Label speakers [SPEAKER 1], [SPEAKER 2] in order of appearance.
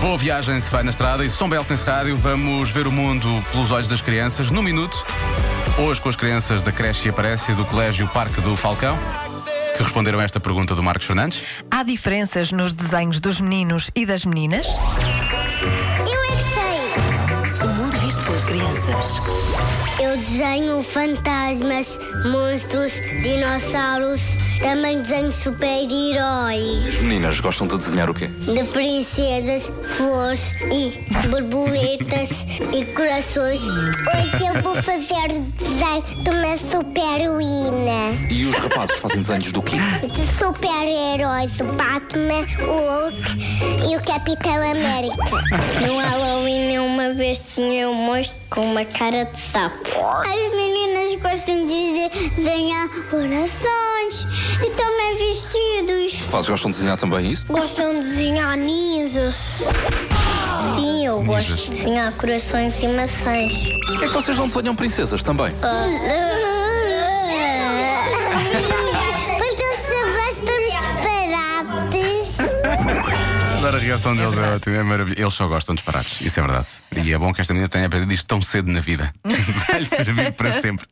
[SPEAKER 1] Boa viagem se vai na estrada e São Beltense Rádio. Vamos ver o mundo pelos olhos das crianças no minuto. Hoje com as crianças da creche e aparece do Colégio Parque do Falcão que responderam a esta pergunta do Marcos Fernandes.
[SPEAKER 2] Há diferenças nos desenhos dos meninos e das meninas?
[SPEAKER 3] Eu é que sei.
[SPEAKER 4] O mundo visto pelas crianças.
[SPEAKER 3] Eu desenho fantasmas, monstros, dinossauros, também desenho super-heróis,
[SPEAKER 5] As meninas gostam de desenhar o quê?
[SPEAKER 3] de princesas, flores e borboletas e corações. Hoje eu vou fazer o desenho de uma super-heroína,
[SPEAKER 5] E os rapazes fazem desenhos do quê?
[SPEAKER 3] de super-heróis, do Batman, o Hulk e o Capitão América. No Halloween uma vez tinha um monstro com uma cara de sapo. As meninas gostam de desenhar corações e também vestidos.
[SPEAKER 5] Os rapazes gostam de desenhar também isso?
[SPEAKER 3] Gostam de desenhar ninjas. Sim, eu gosto de desenhar corações e maçãs.
[SPEAKER 5] É que vocês não desenham princesas também?
[SPEAKER 3] Porque eles só gostam de disparates.
[SPEAKER 1] Dar a reação deles é ótima, é maravilhoso. Eles só gostam de disparates, isso é verdade. E é bom que esta menina tenha aprendido isto tão cedo na vida. Vai-lhe servir para sempre.